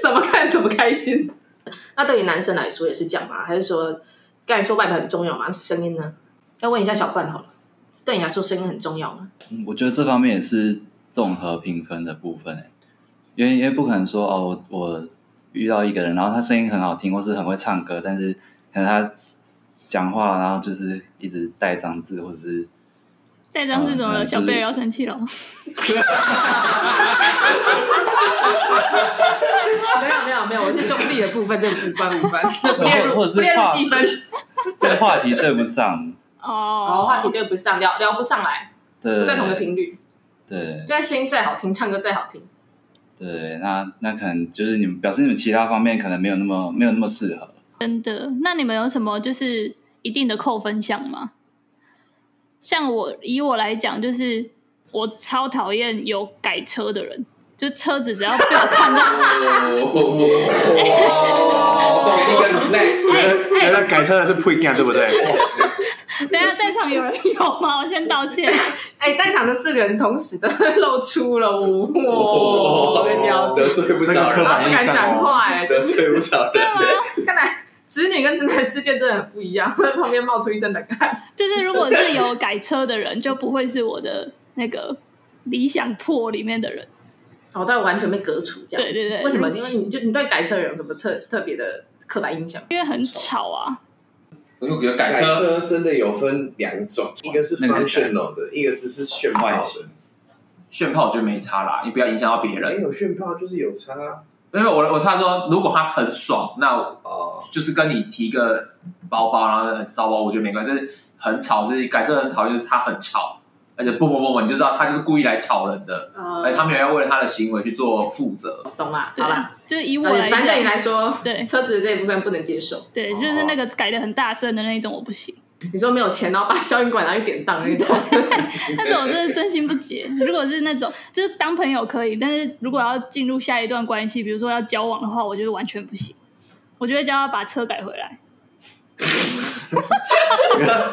Speaker 2: 怎么看怎么开心。那对于男生来说也是这样吗？还是说，刚才说外表很重要嘛？声音呢？要问一下小冠好了，对你来说声音很重要吗？
Speaker 6: 嗯我觉得这方面也是综合评分的部分、欸，因为因为不可能说哦，我我遇到一个人，然后他声音很好听，或是很会唱歌，但是可能他讲话，然后就是一直带脏字，或者是
Speaker 1: 戴张
Speaker 2: 哦
Speaker 1: 是怎么
Speaker 6: 嗯
Speaker 1: 了？
Speaker 6: 就是
Speaker 1: 小贝儿要生气了。
Speaker 2: 没有没有没有，我是兄弟的部分，这无关无关，不
Speaker 6: 列入或者是不列入计
Speaker 2: 分。
Speaker 6: 跟话题对不上，
Speaker 2: 哦，
Speaker 1: 哦，
Speaker 2: 话题对不上，聊聊不上来，
Speaker 6: 对
Speaker 2: 不在同个频率。
Speaker 6: 对
Speaker 2: 就算声音再好听，唱歌再好听，
Speaker 6: 对，那那可能就是你们表示你们其他方面可能没有那么没有那么适合，
Speaker 1: 真的？那你们有什么就是一定的扣分项吗？像我以我来讲，就是我超讨厌有改车的人，就车子只要被我 看到，
Speaker 5: 哦
Speaker 3: 觉得觉得改车的是 p u i g a 对不对？
Speaker 1: 等一下在场有人有吗？我先道 歉。
Speaker 2: 哎、在场的四个人同时都露出了我的
Speaker 3: 哦
Speaker 2: 表情，
Speaker 4: 得罪不少
Speaker 3: 那
Speaker 4: 人
Speaker 3: 个刻，
Speaker 2: 他不敢讲
Speaker 3: 哦
Speaker 2: 话哎、
Speaker 4: 得罪不少人。
Speaker 1: 啊
Speaker 2: 看来直女跟直男世界真的很不一样， 在旁边冒出一身冷汗。
Speaker 1: 就是如果是有改车的人，就不会是我的那个理想破里面的人。
Speaker 2: 好，但完全被革除这样子。
Speaker 1: 对对对
Speaker 2: 为什么？因为你就你对改车人有什么特特别的刻板印象？
Speaker 1: 因为很吵啊。
Speaker 5: 我又觉得改
Speaker 7: 改
Speaker 5: 车，
Speaker 7: 车真的有分两种，一个是
Speaker 6: 那个是改
Speaker 7: functional 的，一个只是炫
Speaker 4: 外
Speaker 7: 炮
Speaker 4: 形
Speaker 7: 的。
Speaker 5: 炫炮我觉得没差啦，你不要影响到别
Speaker 7: 没
Speaker 5: 人。
Speaker 7: 有炫炮就是有差啊。
Speaker 5: 因为我我差说，如果他很爽，那
Speaker 7: 哦，
Speaker 5: 就是跟你提个包包，然后很骚包，我觉得没关系。但是很吵是改车很讨厌，就是他很吵，而且不不不不，你就知道他就是故意来吵人的，而
Speaker 2: 呃，
Speaker 5: 他没有要为了他的行为去做负责。
Speaker 2: 哦懂啦，
Speaker 1: 对
Speaker 2: 好啦。，
Speaker 1: 就是以我
Speaker 2: 呃
Speaker 1: 来
Speaker 2: 反正对你
Speaker 1: 讲，
Speaker 2: 来哦说，
Speaker 1: 对
Speaker 2: 车子的这一部分不能接受。
Speaker 1: 对，就是那个改的很大声的那一种，我不行。
Speaker 2: 你说没有钱，然后把消音管拿去典当那 种，
Speaker 1: 那种我真的真心不解。如果是那种，就是当朋友可以，但是如果要进入下一段关系，比如说要交往的话，我就是完全不行。我就会叫他把车改回来。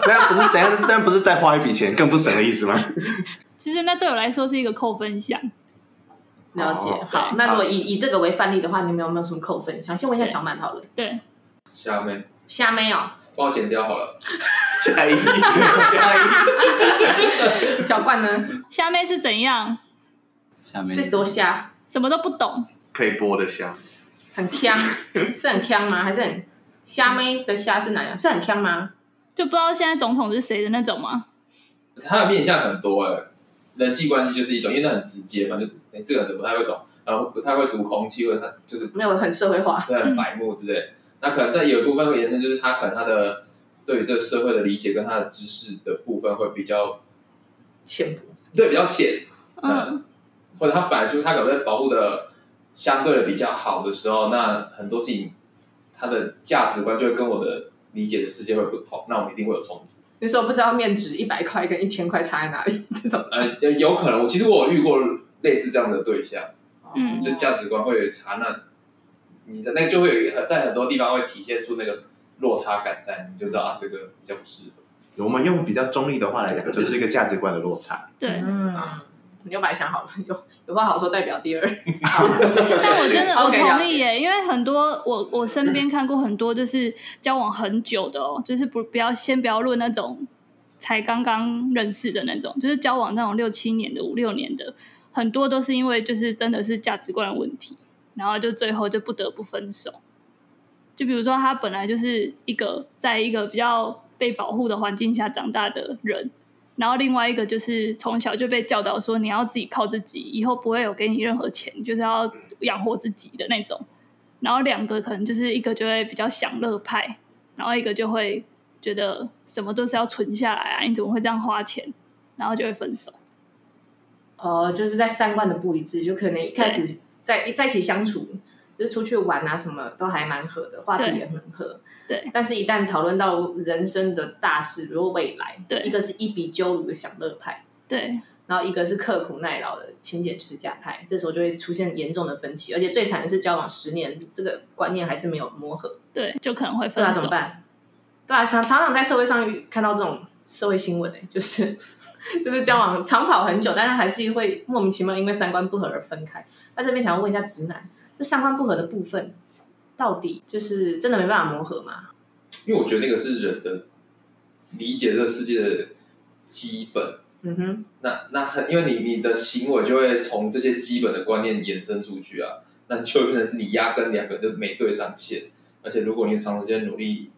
Speaker 3: 但不是，等一下，但不是再花一笔钱，更不省的意思吗？
Speaker 1: 其实那对我来说是一个扣分项。
Speaker 2: 了解
Speaker 3: 哦，
Speaker 2: 好，那如果以以这个为范例的话，你们有没有什么扣分？想先问一下小满好了，
Speaker 1: 对，
Speaker 5: 下面
Speaker 2: 虾妹哦，
Speaker 5: 帮我剪掉好了。
Speaker 4: 加一，加一，
Speaker 2: 小冠呢
Speaker 1: 虾妹是怎样？
Speaker 6: 下面哦
Speaker 2: 是多虾，
Speaker 1: 什么都不懂，
Speaker 4: 可以播得下。
Speaker 2: 很 呛，是很呛吗？还是很虾妹的虾是哪样？是很呛吗？
Speaker 1: 就不知道现在总统是谁的那种吗？
Speaker 5: 他的面相很多哎、人际关系就是一种，因为那很直接嘛，就哎这个人不太会懂，然后不太会读空气，或者他就是
Speaker 2: 没有很社会化，
Speaker 5: 对，很白目之类。那可能在有一部分会延伸，就是他可能他的对于这个社会的理解跟他的知识的部分会比较
Speaker 2: 浅薄。
Speaker 5: 对比较浅，
Speaker 1: 嗯，
Speaker 5: 或者他本来就是他可能被保护的相对的比较好的时候，那很多事情他的价值观就会跟我的理解的世界会不同，那我们一定会有冲突。
Speaker 2: 那时候不知道面值一百块跟一千块差在哪里，这种
Speaker 5: 呃，有可能我其实我有遇过类似这样的对象，
Speaker 2: 哦
Speaker 1: 嗯
Speaker 5: 就价值观会有差，那你的那就会有一个在很多地方会体现出那个落差感在，你就知道啊这个比较不适合。
Speaker 3: 我们用比较中立的话来讲，就是一个价值观的落差。
Speaker 1: 对。
Speaker 2: 嗯，你又白想好了，有有话好说，代表第二。
Speaker 1: 但我真的我
Speaker 2: OK，了
Speaker 1: 同
Speaker 2: 解
Speaker 1: 意耶，因为很多我我身边看过很多就是交往很久的哦，就是不不要先不要论那种才刚刚认识的那种，就是交往那种六七年的、五六年的，很多都是因为就是真的是价值观的问题，然后就最后就不得不分手。就比如说他本来就是一个在一个比较被保护的环境下长大的人，然后另外一个就是从小就被教导说你要自己靠自己，以后不会有给你任何钱，你就是要养活自己的那种。然后两个可能就是一个就会比较享乐派，然后一个就会觉得什么都是要存下来啊，你怎么会这样花钱？然后就会分手。
Speaker 2: 呃，就是在三观的不一致，就可能一开始在一在一起相处，就是出去玩啊，什么都还蛮合的，话
Speaker 1: 对
Speaker 2: 题也很合。
Speaker 1: 对
Speaker 2: 但是，一旦讨论到人生的大事，比如说未来，
Speaker 1: 对
Speaker 2: 一个是一笔揪乳的享乐派，
Speaker 1: 对
Speaker 2: 然后一个是刻苦耐劳的勤俭持家派，这时候就会出现严重的分歧，而且最惨的是交往十年，这个观念还是没有磨合，
Speaker 1: 对，就可能会
Speaker 2: 对啊，
Speaker 1: 分
Speaker 2: 怎么
Speaker 1: 手。
Speaker 2: 办？对啊，常常常在社会上遇看到这种社会新闻、欸，就是就是交往长跑很久，但是还是会莫名其妙因为三观不合而分开。那这边想要问一下直男，这三观不合的部分，到底就是真的没办法磨合吗？
Speaker 5: 因为我觉得那个是人的理解这个世界的基本。
Speaker 2: 嗯哼，
Speaker 5: 那那很，因为你你的行为就会从这些基本的观念延伸出去啊，那就会变成是你压根两个人就没对上线，而且如果你长时间努力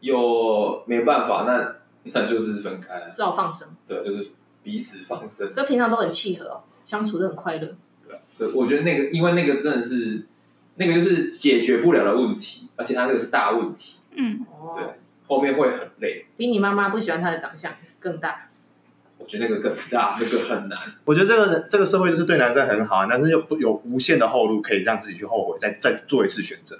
Speaker 5: 又没办法，那那就是分开啊，
Speaker 2: 只好放生。
Speaker 5: 对，就是彼此放生。
Speaker 2: 这平常都很契合哦，相处的很快乐。
Speaker 5: 对，我觉得那个，因为那个真的是那个就是解决不了的问题，而且它那个是大问题，
Speaker 1: 嗯，
Speaker 2: 哦，
Speaker 5: 后面会很累。
Speaker 2: 比你妈妈不喜欢他的长相更大。
Speaker 5: 我觉得那个更大，那个很难。
Speaker 3: 我觉得这个这个社会就是对男生很好，男生又不有无限的后路可以让自己去后悔，再再做一次选择。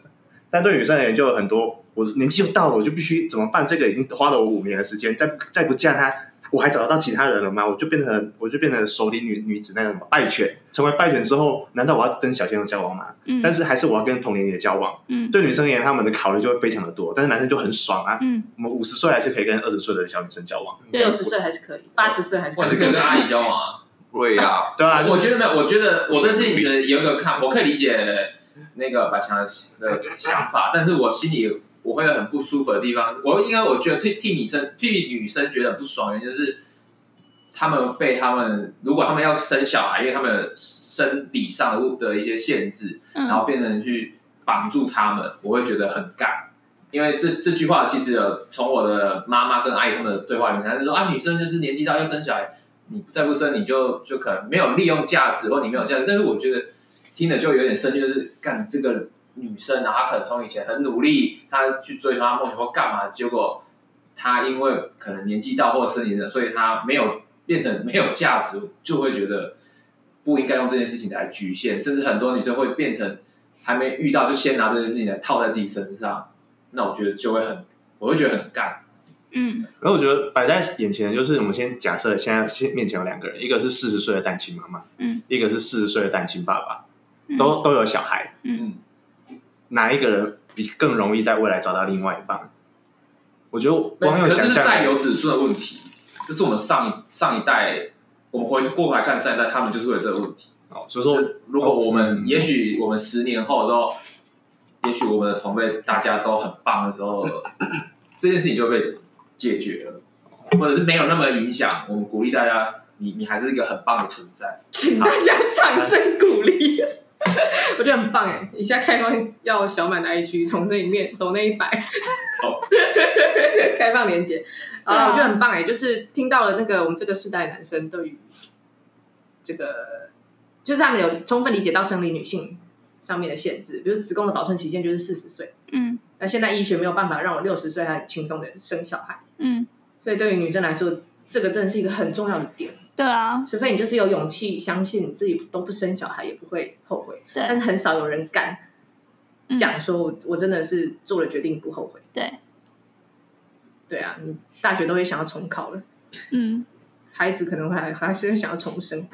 Speaker 3: 但对女生而言，就有很多我年纪就到了，我就必须怎么办？这个已经花了我五年的时间，再不再不嫁他，我还找得到其他人了吗？我就变成我就变成熟龄女女子那种败犬。成为败犬之后，难道我要跟小鲜肉交往吗？
Speaker 1: 嗯
Speaker 3: 但是还是我要跟同龄人交往。
Speaker 1: 嗯
Speaker 3: 对女生而言，她们的考虑就会非常的多，但是男生就很爽啊。
Speaker 1: 嗯，
Speaker 3: 我们五十岁还是可以跟二十岁的小女生交往，
Speaker 1: 对
Speaker 2: 六十岁还是可以，八十岁还是
Speaker 5: 或者
Speaker 2: 可
Speaker 5: 是
Speaker 2: 以。
Speaker 5: 跟跟阿姨交往啊，
Speaker 4: 我也要，
Speaker 3: 对啊，就
Speaker 5: 我觉得没有，我觉得我对自己的有一个看，我可以理解那个白翔的想法， 但是我心里我会有很不舒服的地方。我应该我觉得替替女生替女生觉得很不爽，原因就是他们被他们如果他们要生小孩，因为他们有生理上的的一些限制，
Speaker 1: 嗯
Speaker 5: 然后变成去绑住他们，我会觉得很尬。因为这这句话其实有从我的妈妈跟阿姨他们的对话里面，她就说啊，女生就是年纪大要生小孩，你再不生你就就可能没有利用价值，或你没有价值。但是我觉得听了就有点生气，就是干这个女生啊，她可能从以前很努力，她去追求她梦想或干嘛，结果她因为可能年纪到或者身体的，所以她没有变成没有价值，就会觉得不应该用这件事情来局限，甚至很多女生会变成还没遇到就先拿这件事情来套在自己身上，那我觉得就会很，我会觉得很干。
Speaker 1: 嗯
Speaker 3: 而我觉得摆在眼前的就是，我们先假设现在现面前有两个人，一个是四十岁的单亲妈妈，
Speaker 1: 嗯，
Speaker 3: 一个是四十岁的单亲爸爸，
Speaker 1: 嗯
Speaker 3: 都都有小孩，
Speaker 1: 嗯，
Speaker 3: 哪一个人比更容易在未来找到另外一半？我觉得光
Speaker 5: 可
Speaker 3: 有
Speaker 5: 是这
Speaker 3: 想
Speaker 5: 是
Speaker 3: 象
Speaker 5: 在
Speaker 3: 力，
Speaker 5: 留子孙的问题，这是我们上一上一代，我们回过头来看上一代，他们就是会有这个问题。
Speaker 3: 哦，所以说
Speaker 5: 呃如果我们、
Speaker 3: 嗯
Speaker 5: 也许我们十年后之后，也许我们的同辈大家都很棒的时候，这件事情就被解决了，或者是没有那么影响。我们鼓励大家，你你还是一个很棒的存在。
Speaker 2: 请大家掌声鼓励。 我觉得很棒哎！以下开放要小满的 IG 重申一遍，抖那一百，
Speaker 5: 好，
Speaker 2: 开放连接。好
Speaker 1: 对
Speaker 2: 了，
Speaker 1: 啊
Speaker 2: 我觉得很棒哎，就是听到了那个我们这个世代男生对于这个，就是他们有充分理解到生理女性上面的限制，比如子宫的保存期限就是四十岁，
Speaker 1: 嗯
Speaker 2: 那现在医学没有办法让我六十岁还轻松的生小孩，
Speaker 1: 嗯，
Speaker 2: 所以对于女生来说，这个真的是一个很重要的点。
Speaker 1: 对啊，
Speaker 2: 除非你就是有勇气，相信你自己都不生小孩也不会后悔，
Speaker 1: 对
Speaker 2: 但是很少有人敢
Speaker 1: 嗯
Speaker 2: 讲说我，我真的是做了决定不后悔。
Speaker 1: 对，
Speaker 2: 对啊，你大学都会想要重考了，
Speaker 1: 嗯。
Speaker 2: 孩子可能会还还是会想要重生。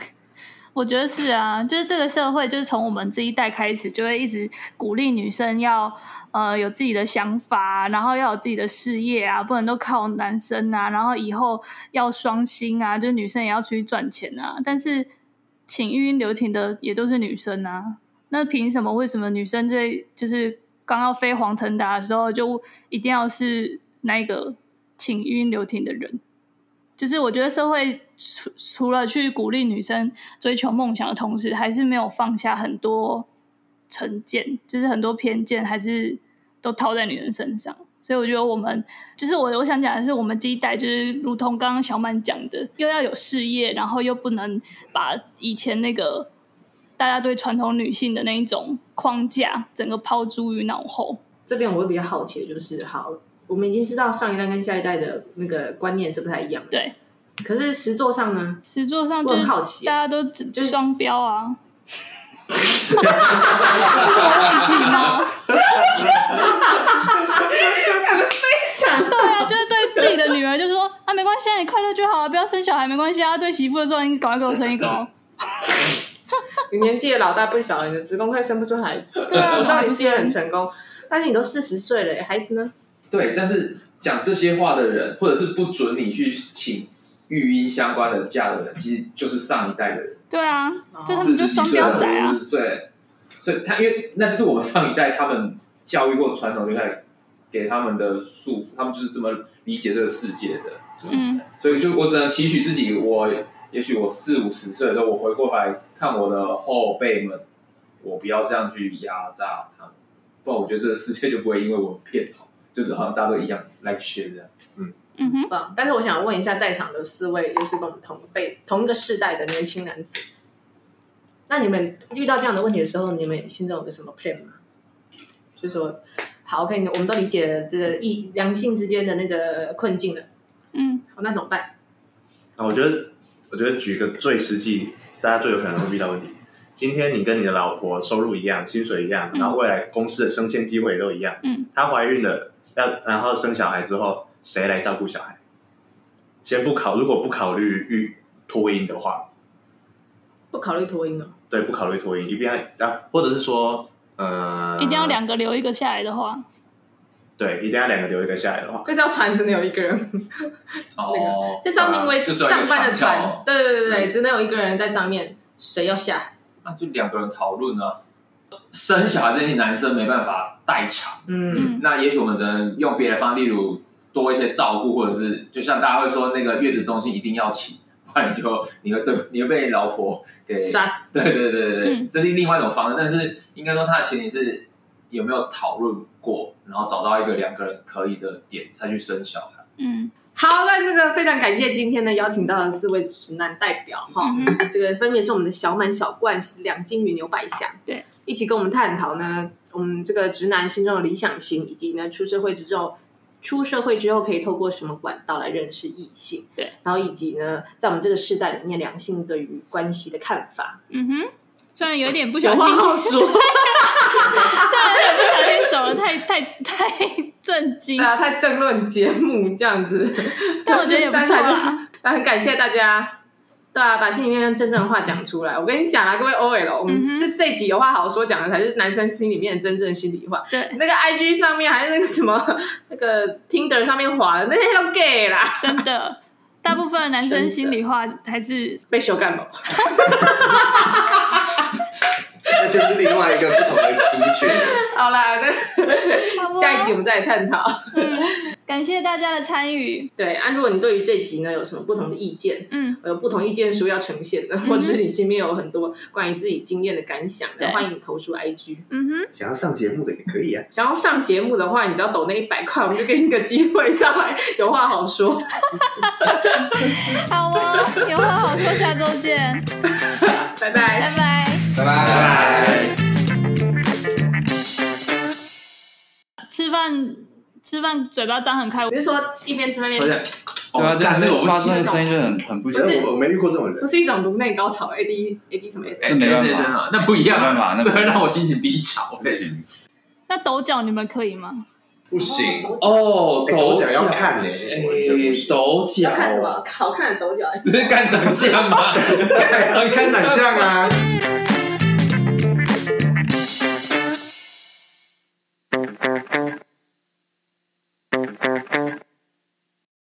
Speaker 1: 我觉得是啊，就是这个社会，就是从我们这一代开始，就会一直鼓励女生要呃有自己的想法，啊然后要有自己的事业啊，不能都靠男生啊，然后以后要双薪啊，就是女生也要出去赚钱啊。但是请育婴留停的也都是女生啊，那凭什么？为什么女生这就是刚要飞黄腾达的时候，就一定要是那个请育婴留停的人？就是我觉得社会除除了去鼓励女生追求梦想的同时，还是没有放下很多成见，就是很多偏见还是都套在女人身上。所以我觉得我们就是我我想讲的是，我们这一代就是如同刚刚小满讲的，又要有事业，然后又不能把以前那个大家对传统女性的那一种框架整个抛诸于脑后。
Speaker 2: 这边我会比较好奇的就是，好，我们已经知道上一代跟下一代的那个观念是不太一样的，
Speaker 1: 对，
Speaker 2: 可是实作上呢，
Speaker 1: 实作上
Speaker 2: 我
Speaker 1: 就是
Speaker 2: 很好奇
Speaker 1: 大家都只
Speaker 2: 就是
Speaker 1: 双标 啊，有什么问题吗？
Speaker 2: 讲
Speaker 1: 对啊，就是对自己的女儿就说啊，没关系，啊，你快乐就好啊，不要生小孩没关系啊。对媳妇的时候，你赶快给我生一个哦。
Speaker 2: 你年纪也老大不小，了，你的子 宫快生不出孩子。
Speaker 1: 对啊
Speaker 2: 我知道你事业很成功，但是你都四十岁了，孩子呢？
Speaker 5: 对，但是讲这些话的人，或者是不准你去请育婴相关的假的人，其实就是上一代的人，
Speaker 1: 对啊，就他们
Speaker 5: 四
Speaker 1: 就
Speaker 5: 十几
Speaker 1: 双
Speaker 5: 岁
Speaker 1: 标仔啊。
Speaker 5: 的，对，所以他因为那就是我们上一代他们教育或传统就开始给他们的束缚，他们就是这么理解这个世界的。
Speaker 1: 嗯，
Speaker 5: 所以就我只能期许自己，我也许我四五十岁的时候，我回过来看我的后辈们，我不要这样去压榨他们，不然我觉得这个世界就不会因为我变好，就是好像大家都一样 like shit 这样。
Speaker 1: 嗯哼，
Speaker 2: 棒！但是我想问一下，在场的四位，就是跟我们同辈、同一个世代的年轻男子，那你们遇到这样的问题的时候，你们心中有个什么 plan 吗？就说好，OK，我们都理解了这个异两性之间的那个困境了，
Speaker 1: 嗯，
Speaker 2: 好，那怎么办？
Speaker 3: 啊，我觉得，我觉得举一个最实际，大家最有可能会遇到的问题。今天你跟你的老婆收入一样，薪水一样，
Speaker 1: 嗯
Speaker 3: 然后未来公司的升迁机会也都一样。
Speaker 1: 嗯，
Speaker 3: 她怀孕了，要然后生小孩之后，谁来照顾小孩？先不考，如果不考虑育脱婴的话，
Speaker 2: 不考虑脱婴哦，
Speaker 3: 对，不考虑脱音，一定要啊，或者是说，呃，
Speaker 1: 一定要两个留一个下来的话，
Speaker 3: 对，一定要两个留一个下来的话，
Speaker 2: 这艘船只能有一个人，
Speaker 5: 哦
Speaker 2: 这艘名为上班的船，对对对对对，
Speaker 5: 是
Speaker 2: 只能有一个人在上面，谁要下？
Speaker 5: 那就两个人讨论啊。生小孩这些男生没办法代偿，
Speaker 2: 嗯，
Speaker 1: 嗯
Speaker 5: 那也许我们只能用别的方法，例如多一些照顾，或者是就像大家会说那个月子中心一定要请，不然你就你会对 你会被老婆给
Speaker 2: 杀死。
Speaker 5: 对对对对对，
Speaker 1: 嗯
Speaker 5: 这是另外一种方式，但是应该说它的前提是有没有讨论过，然后找到一个两个人可以的点再去生小孩。
Speaker 1: 嗯
Speaker 2: 好，那那个非常感谢今天呢邀请到的四位直男代表哈，
Speaker 1: 嗯哼，
Speaker 2: 这个分别是我们的小满、小冠、两金与牛百祥，
Speaker 1: 对，
Speaker 2: 一起跟我们探讨呢，我们这个直男心中的理想型，以及呢出社会之后。出社会之后，可以透过什么管道来认识异性？
Speaker 1: 对，
Speaker 2: 然后以及呢，在我们这个世代里面，两性对于关系的看法，
Speaker 1: 嗯哼。虽然有一点不
Speaker 2: 有啊
Speaker 1: 小心，
Speaker 2: 话
Speaker 1: 虽
Speaker 2: 好说。
Speaker 1: 然有点不小心走的太太太震惊
Speaker 2: 对，啊，太政论节目这样子，
Speaker 1: 但我觉得也不错啊 啦
Speaker 2: 但还是。但很感谢大家，对啊，把心里面真正的话讲出来。我跟你讲啊，各位 OL，我们
Speaker 1: 嗯哼
Speaker 2: 这、这一集有话好说，讲的才是男生心里面的真正心里话。
Speaker 1: 对，
Speaker 2: 那个 IG 上面还是那个什么那个 Tinder 上面划的，那些都 gay 啦，
Speaker 1: 真的，大部分的男生心里话还是
Speaker 2: 被修干嘛？
Speaker 4: 那就是另外一个不同的族群了。
Speaker 2: 啊好啦，那下一集我们再来探讨。
Speaker 1: 感谢大家的参与。
Speaker 2: 对啊，如果你对于这集呢有什么不同的意见，
Speaker 1: 嗯，
Speaker 2: 有不同意见书要呈现的，或者是你心里面有很多关于自己经验的感想
Speaker 1: 对
Speaker 2: 的，欢迎投书 IG。
Speaker 1: 嗯哼，
Speaker 3: 想要上节目的也可以啊。
Speaker 2: 想要上节目的话，你只要抖那一百块，我们就给你个机会上来，有话好 说。
Speaker 1: 好 哦，有话好说，下周见，
Speaker 2: 拜拜。
Speaker 1: 拜拜。
Speaker 5: 拜拜。
Speaker 1: 哎吃饭吃饭嘴巴张很开，
Speaker 2: 你是说一边吃饭一边
Speaker 4: 不是
Speaker 6: 对啊，
Speaker 4: 哦干
Speaker 6: 就
Speaker 4: 那
Speaker 6: 是
Speaker 4: 个我不
Speaker 6: 发出
Speaker 4: 行
Speaker 6: 那个声音就很很不
Speaker 3: 不
Speaker 6: 行，
Speaker 3: 是我我没遇过这种
Speaker 2: 不
Speaker 3: 人，
Speaker 2: 是一种颅内高潮？AD AD 什么意思？
Speaker 5: 哎，
Speaker 6: 这没办法
Speaker 5: 这真的，那不一样
Speaker 6: 没办法
Speaker 5: 啊，
Speaker 6: 那
Speaker 5: 这会
Speaker 6: 没办法
Speaker 5: 让我心情低潮。
Speaker 4: 不行，
Speaker 1: 那抖脚你们可以吗？
Speaker 7: 不行，
Speaker 5: 哦，
Speaker 3: 哎抖脚
Speaker 5: 脚
Speaker 3: 要看嘞
Speaker 5: 哎
Speaker 3: 我觉得不行
Speaker 5: 抖脚
Speaker 2: 要看什么好看的抖脚？
Speaker 5: 只是干长相吗？
Speaker 3: 你看长相啊。